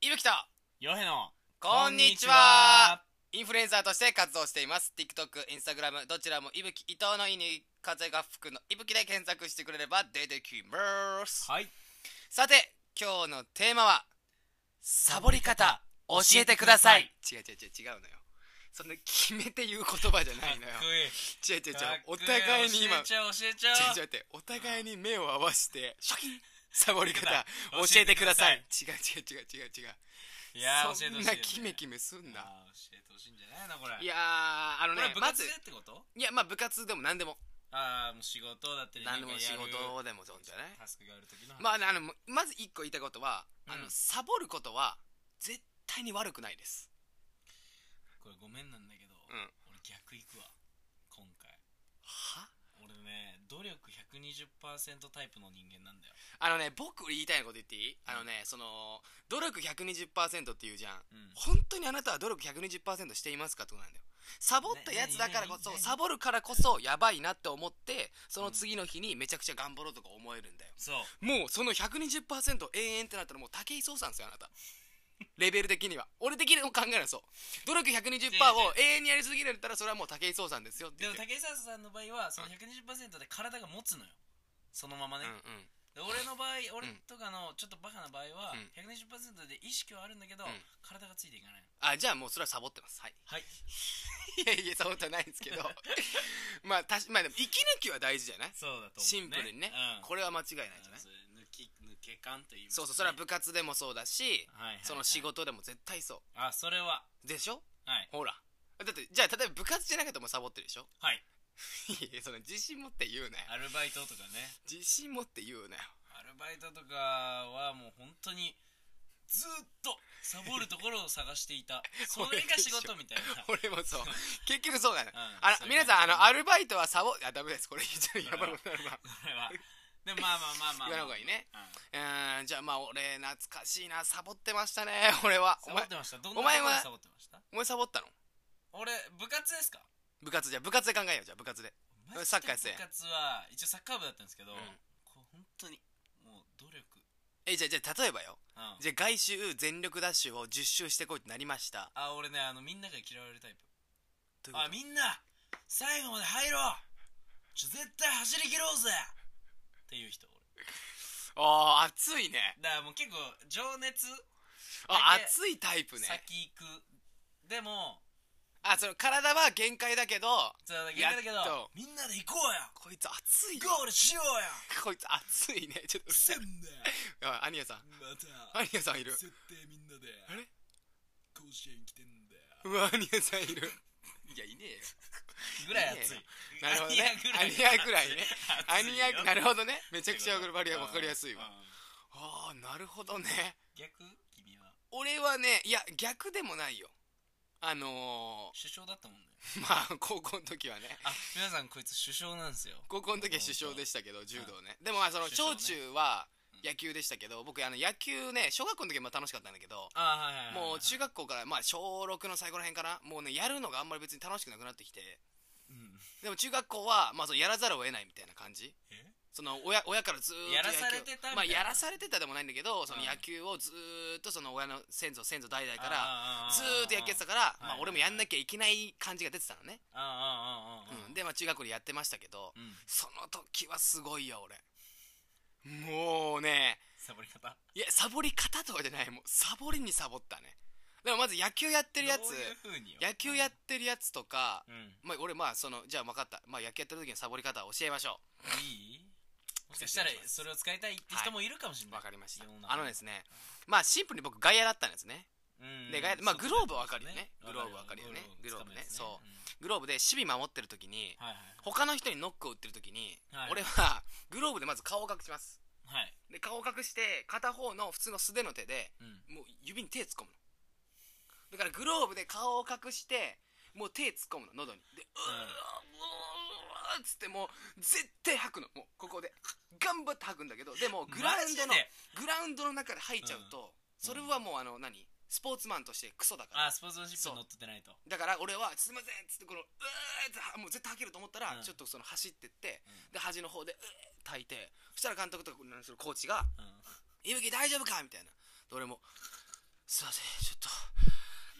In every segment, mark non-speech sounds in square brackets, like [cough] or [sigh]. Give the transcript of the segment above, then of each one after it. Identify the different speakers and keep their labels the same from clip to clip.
Speaker 1: きと
Speaker 2: ヨヘの
Speaker 1: こんにちはインフルエンサーとして活動しています TikTok、Instagram どちらもいぶき伊藤のいいに風が吹くのいぶきで検索してくれれば出てきます
Speaker 2: はい
Speaker 1: さて今日のテーマはサボり方教えてください違う違う違う違うのよそんな決めて言う言葉じゃないのよ違う違う違うお互いに今
Speaker 2: 教えちゃおう教えちゃ
Speaker 1: ちょ
Speaker 2: お
Speaker 1: ちょ待ってお
Speaker 2: う
Speaker 1: 互いに目を合わせてシャキンサボり方
Speaker 2: 教
Speaker 1: 教
Speaker 2: え
Speaker 1: えて
Speaker 2: てく
Speaker 1: くだ
Speaker 2: ださ
Speaker 1: さい
Speaker 2: い
Speaker 1: 違う違う違う違う違う
Speaker 2: いやー
Speaker 1: そ
Speaker 2: 教えて
Speaker 1: ん
Speaker 2: ほしい
Speaker 1: な
Speaker 2: よね
Speaker 1: キメキメすんな
Speaker 2: あー教えてほしいんじゃないのこれ
Speaker 1: いやーあの
Speaker 2: こ
Speaker 1: ね
Speaker 2: れ部
Speaker 1: ま
Speaker 2: 活
Speaker 1: ず
Speaker 2: でってこと
Speaker 1: いやまあ部活でも何でも
Speaker 2: ああもう仕事だったり
Speaker 1: 何でも仕
Speaker 2: なんかやる
Speaker 1: 事でもそうじゃない
Speaker 2: タスクがある時の話
Speaker 1: まあねあのまず一個言いたいことは、あ
Speaker 2: うん
Speaker 1: のサボることは絶対に悪くないです
Speaker 2: これごめんなんだけど
Speaker 1: うん
Speaker 2: 俺逆行くわ今回
Speaker 1: は
Speaker 2: 俺ね努力120%タイプの人間なんだよ
Speaker 1: あのね僕言いたいこと言っていいあのねその努力120%って言うじゃん
Speaker 2: うん
Speaker 1: 本当にあなたは努力120%していますかってことなんだよサボったやつだからこそ
Speaker 2: ねねねね
Speaker 1: サボるからこそやばいなって思ってその次の日にめちゃくちゃ頑張ろうとか思えるんだよ
Speaker 2: そう
Speaker 1: もうその120%永遠ってなったらもう武井壮さんですよあなたレベル的には俺的にも考えないそう努力120%を永遠にやりすぎるんだったらそれはもう武井壮さんですよって
Speaker 2: で
Speaker 1: 言っ
Speaker 2: も
Speaker 1: て
Speaker 2: 竹井沢さんの場合はその120%で体が持つのよそのままね、
Speaker 1: うんうん
Speaker 2: で俺の場合俺とかのちょっとバカな場合は、
Speaker 1: うん
Speaker 2: 120%で意識はあるんだけど、
Speaker 1: うん
Speaker 2: 体がついていかないの
Speaker 1: あじゃあもうそれはサボってますはい
Speaker 2: はい
Speaker 1: いやいやサボってはないんですけ
Speaker 2: [laughs]
Speaker 1: どまあたしまあでも息抜きは大事じゃない
Speaker 2: そうだと思う、ね、
Speaker 1: シンプルにね、
Speaker 2: うん、
Speaker 1: これは間違いないじゃ
Speaker 2: あ
Speaker 1: ない
Speaker 2: それ抜き抜け感と言います、
Speaker 1: そうそうそれは部活でもそうだし
Speaker 2: はいはいはい
Speaker 1: その仕事でも絶対そ
Speaker 2: あそれは
Speaker 1: うでしょ
Speaker 2: はい
Speaker 1: ほらだってじゃあ例えば部活じゃなくてもサボってるでしょ [laughs]
Speaker 2: はい
Speaker 1: いやいやその自信持って言うなよ
Speaker 2: アルバイトとかね
Speaker 1: 自信持って言うなよ
Speaker 2: アルバイトとかはもう本当にずーっとサボるところを探して
Speaker 1: [laughs]
Speaker 2: いたそれが仕事みたいな
Speaker 1: 俺もそう結局そうだね、
Speaker 2: うん
Speaker 1: あら
Speaker 2: そういう感
Speaker 1: 皆
Speaker 2: じ
Speaker 1: さんあのアルバイトはサボあダメですこれ言っちゃうやばいことになるわ
Speaker 2: これはでもまあまあまあまあ、ま
Speaker 1: 言わ
Speaker 2: あ、
Speaker 1: ない方がいいね
Speaker 2: うん
Speaker 1: うーんじゃあまあ俺懐かしいなサボってましたね俺はお
Speaker 2: サボ
Speaker 1: 前
Speaker 2: ってましたどん
Speaker 1: お前は
Speaker 2: なとこでサボってました
Speaker 1: お前サボったの
Speaker 2: 俺部活ですか
Speaker 1: 部活じゃあ部活で考えようじゃあ部活で
Speaker 2: マジで
Speaker 1: サッカーやってた
Speaker 2: 部活は一応サッカー部だったんですけど、
Speaker 1: うん
Speaker 2: こう本当にもう努力、
Speaker 1: えじゃあじゃあ例えばよ
Speaker 2: うん
Speaker 1: じゃあ外周全力ダッシュを10周してこいってなりました
Speaker 2: あ俺ねあのみんなが嫌われるタイプ
Speaker 1: どういう
Speaker 2: あ
Speaker 1: こと
Speaker 2: みんな最後まで入ろうちょ絶対走り切ろうぜっていう人俺
Speaker 1: あー熱いね
Speaker 2: だからもう結構情熱
Speaker 1: あ
Speaker 2: だけ
Speaker 1: 熱いタイプね
Speaker 2: 先行くでも
Speaker 1: あその体は限界だけど
Speaker 2: そうだからだけ
Speaker 1: やっ
Speaker 2: ど
Speaker 1: と
Speaker 2: みんなで行こうや
Speaker 1: こいつ熱いよ
Speaker 2: ゴールしようや
Speaker 1: こいつ熱いねちょっとうる
Speaker 2: せ
Speaker 1: さい
Speaker 2: んだ
Speaker 1: やばいアニヤさん
Speaker 2: ま
Speaker 1: ア
Speaker 2: た
Speaker 1: ニヤさんいる
Speaker 2: 絶対みんなで
Speaker 1: あれ
Speaker 2: 甲子園来てんだ
Speaker 1: うわ
Speaker 2: よ
Speaker 1: アニヤさん
Speaker 2: [laughs]
Speaker 1: いるいやいねえよ
Speaker 2: ぐらい熱い
Speaker 1: なるほどね
Speaker 2: ア
Speaker 1: アニヤぐらいねアニヤな
Speaker 2: る
Speaker 1: るほどねめちゃくちゃ分かり分かりやすいわ
Speaker 2: うん
Speaker 1: ああなるほどね
Speaker 2: 逆君は
Speaker 1: 俺はねいや逆でもないよあの
Speaker 2: 首相だったもんね
Speaker 1: ー、 [laughs] まあ高校の時はね
Speaker 2: あ皆さんこいつ首相なんですよ
Speaker 1: 高校の時は首相でしたけど柔道ねでもまあその
Speaker 2: 首相
Speaker 1: 小
Speaker 2: ね
Speaker 1: 中は野球でしたけど僕あの野球ね小学校の時はまあ楽しかったんだけど
Speaker 2: あはいはいはいはい
Speaker 1: もう中学校からまあ小6の最後らへんかなもうねやるのがあんまり別に楽しくなくなってきて
Speaker 2: うん
Speaker 1: でも中学校はまあそのやらざるを得ないみたいな感じ
Speaker 2: え
Speaker 1: その親親からずーっと
Speaker 2: やら
Speaker 1: 野球
Speaker 2: されてたみ
Speaker 1: ま
Speaker 2: た
Speaker 1: あ
Speaker 2: いな
Speaker 1: やらされてたでもないんだけどその
Speaker 2: うん
Speaker 1: 野球をずーっとその親の先祖先祖代々
Speaker 2: あ
Speaker 1: か
Speaker 2: あ
Speaker 1: ら
Speaker 2: ああああ
Speaker 1: ずーっと野球やってたから
Speaker 2: ああ
Speaker 1: まあ俺もやんなきゃいけない感じが出てたのね、
Speaker 2: ああああああああ
Speaker 1: うん、でまあ中学校でやってましたけど
Speaker 2: うん
Speaker 1: その時はすごいよ俺もうね
Speaker 2: サボり方
Speaker 1: いやサボり方とかじゃないもうサボりにサボったねでもまず野球やってるやつ
Speaker 2: どういう風によ
Speaker 1: 野球やってるやつとか、
Speaker 2: うん
Speaker 1: まあ、俺まあそのじゃあ分かった、まあ、野球やってる時にサボり方教えましょ
Speaker 2: いいもしかしたらそれを使いたいって人もいるかもしれ
Speaker 1: う
Speaker 2: ない
Speaker 1: 分かりました
Speaker 2: 世の中
Speaker 1: あのですねまあシンプルに僕外野だったんですね
Speaker 2: うん
Speaker 1: で外野まあ
Speaker 2: そう
Speaker 1: グ
Speaker 2: だ
Speaker 1: ロ
Speaker 2: ね
Speaker 1: ーブわかるよね
Speaker 2: そう
Speaker 1: グローブわかるよねグロー
Speaker 2: だ
Speaker 1: ブね
Speaker 2: つか
Speaker 1: そ
Speaker 2: むやつね
Speaker 1: グローブで守備守ってる時に
Speaker 2: うんはい
Speaker 1: 他の人にノックを打ってる時に、
Speaker 2: はい
Speaker 1: 俺は [laughs] グローブでまず顔を隠します
Speaker 2: はいはい
Speaker 1: で顔を隠して片方の普通の素手の手で
Speaker 2: うん
Speaker 1: もう指に手突っ込むのだからグローブで顔を隠してもう手突っ込むの喉にでうーうーうーっつってもう絶対吐くのもうここで頑張って吐くんだけどでもグラウンドの
Speaker 2: マジで
Speaker 1: グラウンドの中で吐いちゃうとそれはもうあの何スポーツマンとしてクソだから
Speaker 2: あスポーツマンシップに乗っとってないと
Speaker 1: だから俺は「すいません」っつってこの「うー」ってはもう絶対吐けると思ったら、
Speaker 2: うん
Speaker 1: ちょっとその走ってって、
Speaker 2: う
Speaker 1: で端の方で「うー」って吐いてそしたら監督とかそのコーチが
Speaker 2: うん
Speaker 1: 「いぶき大丈夫か?」みたいなで俺もすいませんちょっと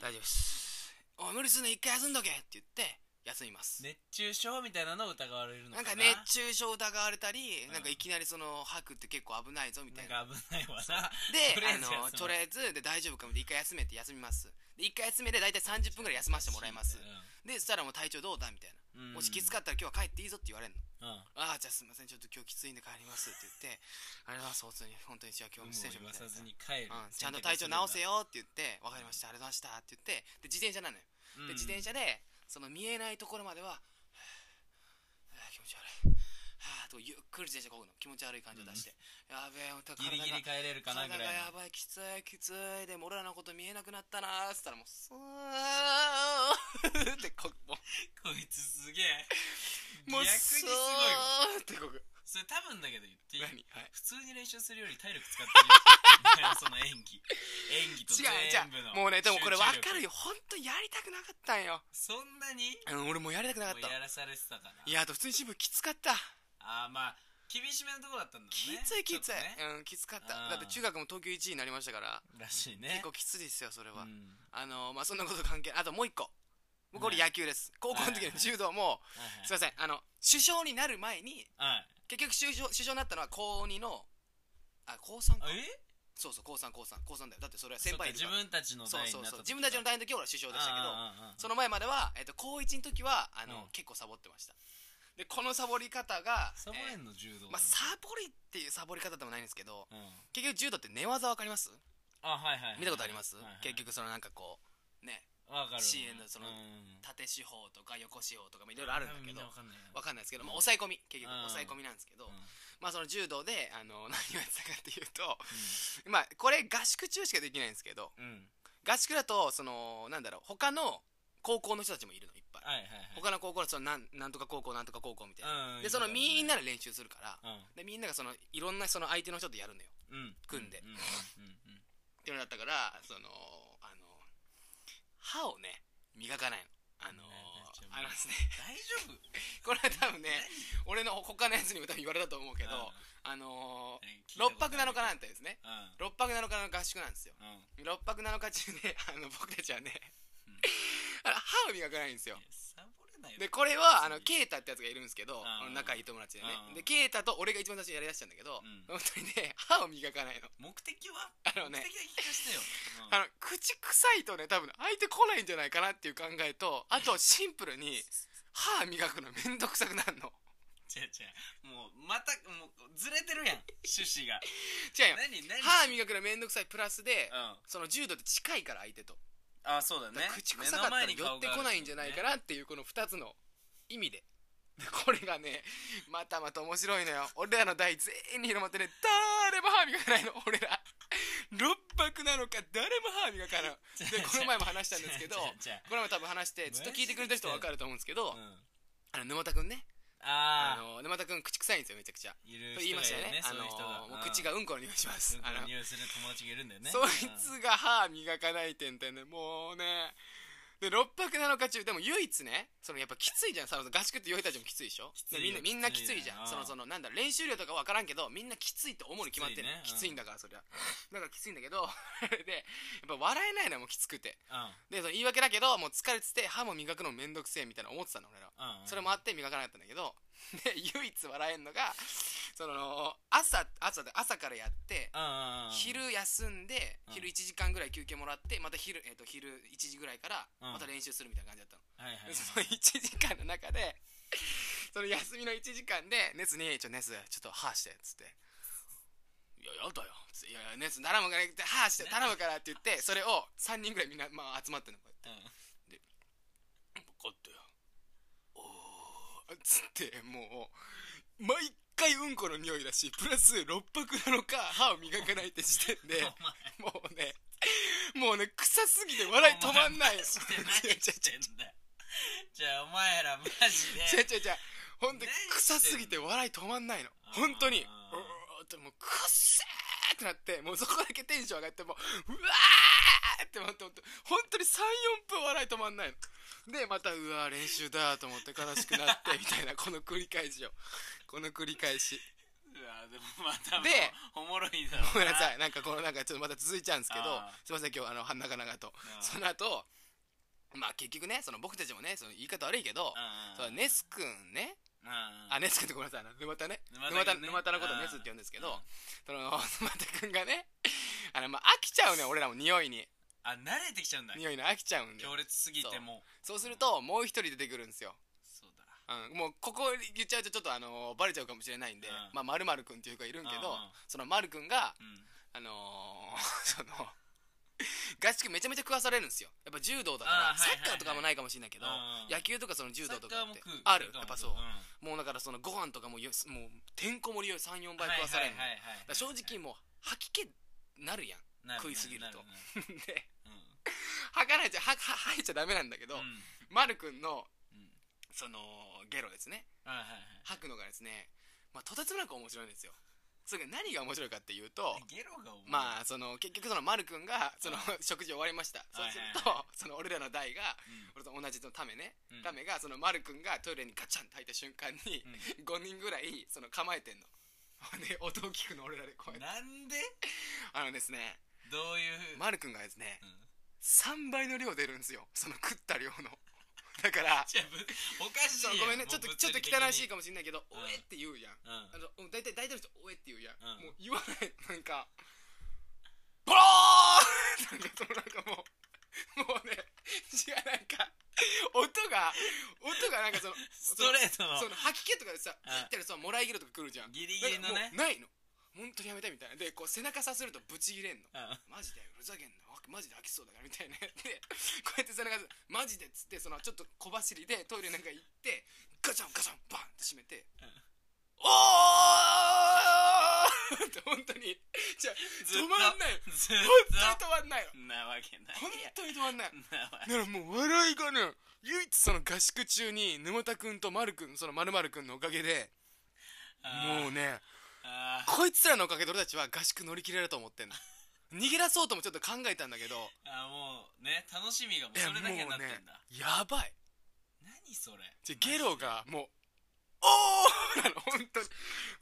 Speaker 1: 大丈夫ですおい無理すんの一回休んどけって言って休みます、
Speaker 2: 熱中症みたいなのを疑われるの
Speaker 1: な
Speaker 2: か
Speaker 1: ん
Speaker 2: な
Speaker 1: か熱中症疑われたり、
Speaker 2: うん
Speaker 1: なんかいきなりその吐くって結構危ないぞみたいな
Speaker 2: なんか危ないわな
Speaker 1: で
Speaker 2: [laughs] とりあえ
Speaker 1: あ
Speaker 2: ず
Speaker 1: の
Speaker 2: 休む
Speaker 1: とりあえずで大丈夫かもで一回休めって休みますで一回休めで大体30分ぐらい休ませてもらいますでそしたらもう体調どうだみたいな、
Speaker 2: うん
Speaker 1: もしきつかったら今日は帰っていいぞって言われるの
Speaker 2: うんうん
Speaker 1: ああじゃあすいませんちょっと今日きついんで帰りますって言って [laughs] あれは本当に本当にじゃあ今
Speaker 2: 有無を
Speaker 1: 日もステーションみ
Speaker 2: 言わ
Speaker 1: たい
Speaker 2: さ
Speaker 1: な
Speaker 2: ずに帰る
Speaker 1: うん、ちゃんと体調直せよって言って分かりましたありがとうございましたって言ってで自転車なのよ
Speaker 2: うん
Speaker 1: で自転車でその見えないところまでははぁはぁ気持ち悪いはぁとゆっくり自転車こぐの気持ち悪い感じを出して、やべえ本当
Speaker 2: ギリギ
Speaker 1: 体
Speaker 2: リ
Speaker 1: が
Speaker 2: 帰れるかな
Speaker 1: 体
Speaker 2: ぐら
Speaker 1: が
Speaker 2: い
Speaker 1: や
Speaker 2: の
Speaker 1: ばいきついきついでも俺らのこと見えなくなったなーっつったらもうスーッってこぐも
Speaker 2: こいつすげえ
Speaker 1: う [laughs] も
Speaker 2: 逆
Speaker 1: う
Speaker 2: にす
Speaker 1: ス
Speaker 2: ごいわ
Speaker 1: ーッってこぐ
Speaker 2: それ多分だけど言っていい
Speaker 1: 何はい
Speaker 2: 普通に練習するより体力使ってるよその演技演技
Speaker 1: [laughs]
Speaker 2: と
Speaker 1: 違
Speaker 2: 全
Speaker 1: う
Speaker 2: 部
Speaker 1: 違
Speaker 2: の
Speaker 1: うもうねでもこれ分かる
Speaker 2: よ
Speaker 1: よ本当にやりたくなかったんよ、
Speaker 2: そんなに
Speaker 1: うん、俺もうやりたくなかっ
Speaker 2: もう
Speaker 1: た
Speaker 2: やらされてたかない
Speaker 1: やあと普通に新聞きつかった
Speaker 2: あーまあ厳しめのとこだったんだろうね
Speaker 1: きついきつい、
Speaker 2: ちょっとね
Speaker 1: うんきつかった
Speaker 2: うん
Speaker 1: だって中学も東京1位になりましたから、
Speaker 2: らしいね
Speaker 1: 結構きついですよそれは、
Speaker 2: うん
Speaker 1: あのまあそんなこと関係あともう一個僕これ
Speaker 2: は
Speaker 1: 野球です、高校の時の柔道も、
Speaker 2: はい
Speaker 1: すいませんあの首相になる前に
Speaker 2: はいはい
Speaker 1: 結局首相首相になったのは高2のあ高3か
Speaker 2: あえ
Speaker 1: そうそう高3高3高3だよだってそれは先輩いるか
Speaker 2: そっ
Speaker 1: ら
Speaker 2: か自分たちの
Speaker 1: そう
Speaker 2: 代に
Speaker 1: そう
Speaker 2: なった
Speaker 1: そう自分たちの
Speaker 2: 代
Speaker 1: 代の時は俺は首相でしたけどその
Speaker 2: の
Speaker 1: 前までは、えっと、高1の時はあの、
Speaker 2: うん
Speaker 1: 結構サボってましたでこのサボり方が
Speaker 2: サボ
Speaker 1: え
Speaker 2: れ
Speaker 1: ー
Speaker 2: んの柔道
Speaker 1: まあ、サボりっていうサボり方でもないんですけど、
Speaker 2: うん
Speaker 1: 結局柔道って寝技わかります
Speaker 2: あはいはいはい
Speaker 1: 見たことあります、
Speaker 2: はいはい
Speaker 1: 結局そのなんかこうね
Speaker 2: わかる
Speaker 1: CN のその
Speaker 2: うん
Speaker 1: 縦四方とか横四方とかいろいろあるんだけ
Speaker 2: 多分み
Speaker 1: ど
Speaker 2: なわかんない
Speaker 1: わ
Speaker 2: な
Speaker 1: かんないですけど、まあ、抑え込み結局
Speaker 2: うん
Speaker 1: 抑え込みなんですけど、
Speaker 2: うん
Speaker 1: まあその柔道であの何をやってたかっていうと
Speaker 2: う
Speaker 1: まあこれ合宿中しかできないんですけど
Speaker 2: んうん
Speaker 1: 合宿だとそのなんだろう他の高校の人たちもいるのいっぱい
Speaker 2: はいはいはい
Speaker 1: 他の高校のそのなんなんとか高校なんとか高校みたいな、
Speaker 2: うん
Speaker 1: でその
Speaker 2: いいとこ
Speaker 1: みん
Speaker 2: ね
Speaker 1: なで練習するから、でみんながそのいろんなその相手の人とやるのよ
Speaker 2: うんうん
Speaker 1: 組んで
Speaker 2: ううんうん
Speaker 1: っていうのだったからそのあの歯をね磨かないのあの
Speaker 2: ね
Speaker 1: あのですね [laughs]
Speaker 2: 大丈夫
Speaker 1: これは多分ね俺の他のやつにも多分言われたと思うけど
Speaker 2: うん
Speaker 1: あの
Speaker 2: ね聞いたこ
Speaker 1: 6
Speaker 2: と
Speaker 1: 泊7日
Speaker 2: あ
Speaker 1: な
Speaker 2: る
Speaker 1: んてですね
Speaker 2: けど
Speaker 1: 6泊7日の合宿なんですよ
Speaker 2: うんうん
Speaker 1: 6泊7日中で [laughs] あの僕たちはね
Speaker 2: うん
Speaker 1: [laughs] あの歯を磨かないんですよ
Speaker 2: いやサボれないよ
Speaker 1: でこれはあのケイタってやつがいるんですけど
Speaker 2: あー
Speaker 1: あの仲いい友達でね
Speaker 2: あー
Speaker 1: でケイタと俺が一番最初にやりだしたんだけど
Speaker 2: うん
Speaker 1: 本当にね歯を磨かないの
Speaker 2: 目的は
Speaker 1: あのね
Speaker 2: 目的だけ聞か
Speaker 1: [laughs]
Speaker 2: せてようん
Speaker 1: あの口臭いとね多分相手来ないんじゃないかなっていう考えとあとシンプル
Speaker 2: [laughs]
Speaker 1: に歯磨くのめんどくさくなるの
Speaker 2: 違う違うもうまたもうずれてるやん趣旨が
Speaker 1: 違うよ
Speaker 2: 何何
Speaker 1: 歯磨くのめんどくさいプラスで
Speaker 2: うん
Speaker 1: その柔道って近いから相手と
Speaker 2: あそうだ
Speaker 1: だか
Speaker 2: ね
Speaker 1: ら口臭かったら寄ってこないんじゃないか
Speaker 2: [laughs] な
Speaker 1: なっていうこの2つの意味で [laughs] でこれがねまたまた面白いのよ俺らの代全員に広まってね誰も歯磨かないの俺ら六泊なのか誰も歯磨かないのでこの前も話したんです
Speaker 2: [laughs]
Speaker 1: けど
Speaker 2: じゃ
Speaker 1: これも多分話してずっと聞いてくれた人は分かると思うんですけど、
Speaker 2: あうん
Speaker 1: あの沼田くんねあ
Speaker 2: ああ
Speaker 1: の沼田くん口臭いんですよめちゃくちゃ
Speaker 2: いる
Speaker 1: と言い
Speaker 2: 人
Speaker 1: ま
Speaker 2: が
Speaker 1: し
Speaker 2: い
Speaker 1: た
Speaker 2: る
Speaker 1: よね
Speaker 2: ね
Speaker 1: あ
Speaker 2: そういう人が
Speaker 1: のもう口がうんこの匂いします、あの
Speaker 2: 匂いする友達がいるんだよね
Speaker 1: そいつが歯磨かない点々ねもうねで6泊7日中でも唯一ねそのやっぱきついじゃんその合宿って酔いたちもきついでしょ
Speaker 2: きつい
Speaker 1: でみ
Speaker 2: よ
Speaker 1: んなみんなきついじ
Speaker 2: きつい
Speaker 1: ゃ
Speaker 2: なん
Speaker 1: そのそのなんだ練習量とか分からんけどみんなきついって思うに決まってる
Speaker 2: き
Speaker 1: き,、
Speaker 2: ついねうん
Speaker 1: ついんだからそりゃ [laughs] だからきついんだけど [laughs] でやっぱ笑えないのもうきつくて
Speaker 2: うんうん
Speaker 1: でその言い訳だけどもう疲れてて歯も磨くのもめんどくせえみたいな思ってたの俺ら
Speaker 2: うんうん
Speaker 1: それもあって磨かなかったんだけど [laughs] で唯一笑えんのがその朝朝で朝からやって
Speaker 2: うんうんうん
Speaker 1: 昼休んで
Speaker 2: うん
Speaker 1: 昼1時間ぐらい休憩もらってまた昼,、えー、と昼1時ぐらいから
Speaker 2: うん
Speaker 1: また練習するみたいな感じだったの、
Speaker 2: はいはい
Speaker 1: でその1時間の中で [laughs] その休みの1時間で熱に「ちょ熱ちょっと歯して」っつって「いややだよ」っつって「いやいや熱頼むから」って「歯して頼むから」って言ってそれを3人ぐらいみんな、まあ、集まってんのこうやって。
Speaker 2: うん
Speaker 1: 分かったよおーつってもう毎回うんこの匂いだしプラス6泊なのか歯を磨かないって時点で
Speaker 2: お前
Speaker 1: もうねもうね臭すぎて笑い止まんない
Speaker 2: お前マジで何してんだよじゃあお前らマジ
Speaker 1: 違う違
Speaker 2: で
Speaker 1: う違う本当に
Speaker 2: 何してん
Speaker 1: 臭
Speaker 2: の
Speaker 1: すぎて笑い止まんないの本当にう
Speaker 2: あ
Speaker 1: ーってもうくっせーってなってもうそこだけテンション上がってもううわーって思って本当本当に34分笑い止まんないのでまたうわー練習だと思って悲しくなってみたいなこの繰り返しをこの繰り返し
Speaker 2: うわあーでもまあ多分
Speaker 1: で
Speaker 2: おもろいだろ
Speaker 1: ごめんなさ
Speaker 2: い
Speaker 1: いなんかこのなんかちょっとまた続いちゃうんですけど
Speaker 2: あ
Speaker 1: すいません今日あの半長々とその後まあ結局ねその僕たちもねその言い方悪いけどそのネス君ねあネス君ってごめんなさいあの沼田ね沼
Speaker 2: 沼
Speaker 1: 田
Speaker 2: 田君ね
Speaker 1: 沼田のことネスって言うんですけどその沼田君がね [laughs] あのまあ飽きちゃうね俺らも匂いに
Speaker 2: あ慣れてきちゃうんだ
Speaker 1: 匂いの飽きちゃうんで
Speaker 2: 強烈すぎ
Speaker 1: そ
Speaker 2: て
Speaker 1: う
Speaker 2: もう
Speaker 1: そうするともう一人出てくるんですよ
Speaker 2: そうだ
Speaker 1: うん、もうここ言っちゃうとちょっとあのーバレちゃうかもしれないんで、
Speaker 2: うん
Speaker 1: まあまるまるくんっていう子がいるんけど、
Speaker 2: うんうん
Speaker 1: そのまるくんが
Speaker 2: うん
Speaker 1: あのー [laughs] その合宿めちゃめちゃ食わされるんですよやっぱ柔道だから、
Speaker 2: あーはい
Speaker 1: サッ
Speaker 2: はいはい
Speaker 1: カーとかもないかもしれないけど、
Speaker 2: うん
Speaker 1: 野球とかその柔道と
Speaker 2: サッ
Speaker 1: かっ
Speaker 2: カーも
Speaker 1: て
Speaker 2: 食う
Speaker 1: あるや
Speaker 2: サッ
Speaker 1: っ
Speaker 2: カ
Speaker 1: ぱ
Speaker 2: ー
Speaker 1: そう、
Speaker 2: も食ん
Speaker 1: もうだからそのご飯とかもよもうてんこ盛りより34
Speaker 2: は
Speaker 1: 倍
Speaker 2: いはい
Speaker 1: 食わされるの、
Speaker 2: はい
Speaker 1: だから正直もう吐き気なるやん [laughs]
Speaker 2: はい
Speaker 1: 食いすぎると
Speaker 2: なな
Speaker 1: で
Speaker 2: なる
Speaker 1: 吐かないちゃ吐か吐いちゃダメなんだけど、
Speaker 2: うんうん
Speaker 1: まるくんの
Speaker 2: うん
Speaker 1: そのゲロですね
Speaker 2: はいはい
Speaker 1: 吐くのがですね、まあ、とてつもなく面白いんですよそれが何が面白いかっていうと
Speaker 2: はいゲロが重い
Speaker 1: まあその結局その丸くんがその食事終わりましたそうすると
Speaker 2: はい
Speaker 1: その俺らの代が
Speaker 2: うん
Speaker 1: 俺と同じのためね
Speaker 2: うん
Speaker 1: ためがその丸くんがトイレにガチャンと入った瞬間に
Speaker 2: うん
Speaker 1: 5人ぐらいその構えてんの [laughs] で音を聞くの俺らでこうやって
Speaker 2: なんで
Speaker 1: あのですね
Speaker 2: どういう
Speaker 1: 丸くんがですね
Speaker 2: うん
Speaker 1: 3倍の量出るんですよその食った量の [laughs] だから
Speaker 2: じゃあぶおかしい
Speaker 1: そ
Speaker 2: や
Speaker 1: うんごめんね
Speaker 2: も
Speaker 1: ちょ
Speaker 2: う
Speaker 1: っと
Speaker 2: 物
Speaker 1: ちょっと
Speaker 2: 理的
Speaker 1: 汚
Speaker 2: に
Speaker 1: いシーンかもしれないけど「
Speaker 2: うん
Speaker 1: おえ」って言うやん
Speaker 2: うん
Speaker 1: あのうん大体大体の人「おえ」って言うやん、
Speaker 2: うん
Speaker 1: もう言わない [laughs] なんか「ボローン!」なんかそのなんかもうもうね違うなんか音が音がなんかその
Speaker 2: ストレートの
Speaker 1: その吐き気とかでさ
Speaker 2: うん
Speaker 1: 言ったらさもらい切るとか来るじゃん
Speaker 2: ギリギリ
Speaker 1: な
Speaker 2: の
Speaker 1: んか
Speaker 2: ね
Speaker 1: もうないの本当にやめたいみたいなでこう背中さするとブチ切れんの
Speaker 2: うん
Speaker 1: マジでふざけんなマジで飽きそうだからみたいなやってこうやって背中でマジでっつってそのちょっと小走りでトイレなんか行ってガチャンガチャンバンって閉めて
Speaker 2: う
Speaker 1: 「
Speaker 2: ん
Speaker 1: おー!」って本当にじゃあ
Speaker 2: ずっと
Speaker 1: 止まんない
Speaker 2: ずっ
Speaker 1: 本当に止まんないの
Speaker 2: となわけない
Speaker 1: 本当に止まんない
Speaker 2: なわ
Speaker 1: だからもう笑いがね唯一その合宿中に沼田くんと丸くんその丸々くんのおかげでもう
Speaker 2: ね
Speaker 1: ね
Speaker 2: あー
Speaker 1: こいつらのおかげで俺たちは合宿乗り切れると思ってんの逃げ出そうともちょっと考えたんだけど
Speaker 2: あーもうね楽しみがもう
Speaker 1: いや
Speaker 2: それだけになってん
Speaker 1: も
Speaker 2: だ
Speaker 1: うねやばい
Speaker 2: 何それ
Speaker 1: じゃゲロがもうおーなの本当に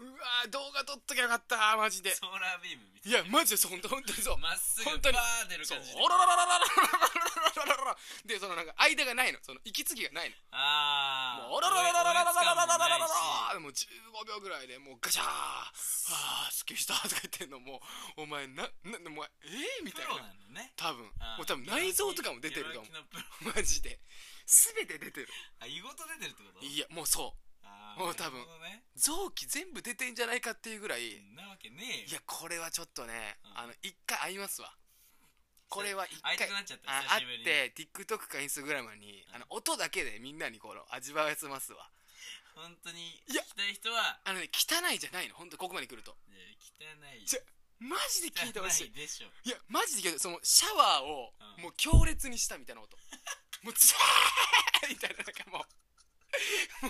Speaker 1: うわー動画撮っときゃよかったーマジで
Speaker 2: ソーラービームみたい
Speaker 1: いやマジでそう本当本当にそう
Speaker 2: なまっすぐ
Speaker 1: 本当に
Speaker 2: バー出る
Speaker 1: そう
Speaker 2: 感じで
Speaker 1: おらららららららららららでそのなんか間がないのその息継ぎがないの
Speaker 2: ああ
Speaker 1: もうおららららららららららららら
Speaker 2: あ
Speaker 1: らもう15秒ぐらいでもうガシャーあーすっきりしたとか言ってんのもうお前ななお前えー、み
Speaker 2: プ
Speaker 1: たい
Speaker 2: ロな
Speaker 1: な
Speaker 2: のね
Speaker 1: 多分
Speaker 2: あー
Speaker 1: もう多分内臓とかも出てると思
Speaker 2: ゲロ焼きのプロ
Speaker 1: う [laughs] マジで全て出てる
Speaker 2: あ胃ごと出てるってこと
Speaker 1: いやもうそう
Speaker 2: あー
Speaker 1: もう多分
Speaker 2: なるほどね
Speaker 1: 臓器全部出てんじゃないかっていうぐらい、
Speaker 2: そんなわけね
Speaker 1: い
Speaker 2: えよ
Speaker 1: やこれはちょっとね、
Speaker 2: うん
Speaker 1: あの一回会いますわこれは一回
Speaker 2: 会いたくなっちゃった
Speaker 1: あ
Speaker 2: 久
Speaker 1: 会
Speaker 2: しぶり
Speaker 1: っ
Speaker 2: に
Speaker 1: て TikTok か Instagram に、
Speaker 2: うん
Speaker 1: あの音だけでみんなにこの味わわせますわ
Speaker 2: 本当に
Speaker 1: い
Speaker 2: 聞
Speaker 1: や
Speaker 2: きたい人は
Speaker 1: あのね汚いじゃないの本当ここまで来ると
Speaker 2: いや汚い
Speaker 1: ちょマジで聞いてほしい
Speaker 2: 汚いでしょ
Speaker 1: いやマジで聞いてそのシャワーを
Speaker 2: うん
Speaker 1: もう強烈にしたみたいな音、もうザーみたいななんかも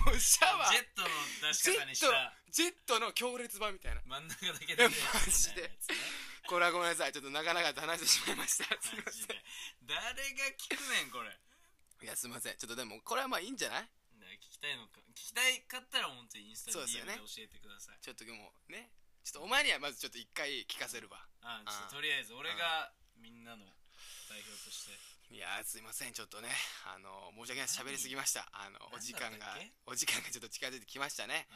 Speaker 1: うもうシャワ
Speaker 2: ジェ
Speaker 1: ー
Speaker 2: ットの出し方にし
Speaker 1: ジェッ
Speaker 2: た
Speaker 1: ジェットの強烈版みたいな
Speaker 2: 真ん中だけで、
Speaker 1: いやマジで
Speaker 2: みたいなやつね
Speaker 1: これはごめんなさいちょっとなかなかと話してしまいましたすいま
Speaker 2: マ
Speaker 1: せ
Speaker 2: ジ
Speaker 1: ん
Speaker 2: で誰が聞くねんこれ
Speaker 1: いやすいませんちょっとでもこれはまあいいんじゃない
Speaker 2: だから聞きたいのか聞きたいかったら本当にインスタ
Speaker 1: そうです
Speaker 2: で
Speaker 1: よ
Speaker 2: DM
Speaker 1: ね
Speaker 2: で教えてください、
Speaker 1: ちょっとでもねちょっとお前にはまずちょっと一回聞かせるわ
Speaker 2: あち
Speaker 1: あ
Speaker 2: ょっととりあえず俺がみんなの代表として
Speaker 1: いやーすいませんちょっとねあの申し訳ないです喋りすぎましたあのお時間
Speaker 2: なん
Speaker 1: が
Speaker 2: だった
Speaker 1: お
Speaker 2: っけ
Speaker 1: 時間がちょっと近づいてきましたね
Speaker 2: う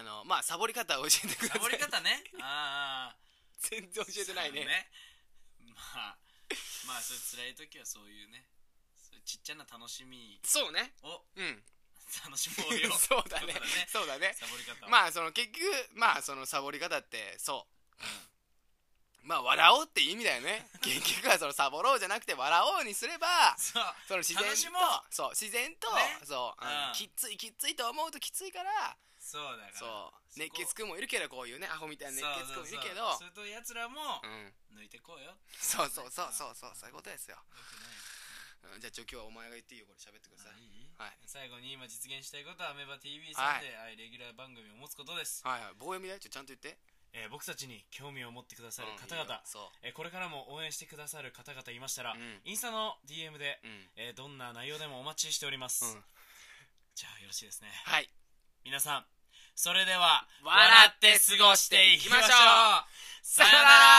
Speaker 1: あのまあサボり方を教えてください
Speaker 2: サボり方ね
Speaker 1: [laughs]
Speaker 2: ああ
Speaker 1: 全然教えてないね
Speaker 2: まあまあそういう辛い時はそういうねそういうちっちゃな楽しみ
Speaker 1: そうね [laughs]
Speaker 2: を
Speaker 1: うん
Speaker 2: 楽しもうよ
Speaker 1: [laughs] そうだね
Speaker 2: ということでね
Speaker 1: そうだね
Speaker 2: サボり方を
Speaker 1: まあその結局まあそのサボり方ってそうまあ笑おうって意味だよ
Speaker 2: [laughs]
Speaker 1: ね結局はそのサボろうじゃなくて笑おうにすれば
Speaker 2: そう
Speaker 1: その自然と
Speaker 2: 楽しもう
Speaker 1: そう自然と、
Speaker 2: ね
Speaker 1: そう、あの
Speaker 2: うん
Speaker 1: きっついきっついと思うときついから
Speaker 2: そうだか
Speaker 1: そう
Speaker 2: らそこ
Speaker 1: 熱血くんもいるけどこういうねアホみたいな熱血くんもいるけど
Speaker 2: そうそうそうそれとやつらも
Speaker 1: うん
Speaker 2: 抜いてこうよ
Speaker 1: そうそうそうそうそうそういうことですよ、
Speaker 2: 良くない
Speaker 1: うん、じゃあちょ今日はお前が言っていいよこれ喋ってください
Speaker 2: あいい
Speaker 1: はい
Speaker 2: 最後に今実現したいことはアメバ TV さんで、アイレギュラー番組を持つことです、
Speaker 1: はいはい棒読みだよちょちゃんと言って
Speaker 2: えー僕たちに興味を持ってくださる
Speaker 1: うん
Speaker 2: 方
Speaker 1: いいよ
Speaker 2: 々、
Speaker 1: そ
Speaker 2: えーこれからも応援してくださる方々いましたら、
Speaker 1: うん
Speaker 2: インスタの DM で、
Speaker 1: ううん
Speaker 2: えーどんな内容でもお待ちしております、
Speaker 1: うん
Speaker 2: じゃあよろしいですね
Speaker 1: はい
Speaker 2: 皆さんそれでは、
Speaker 1: 笑って過ごしていきましょう
Speaker 2: さよなら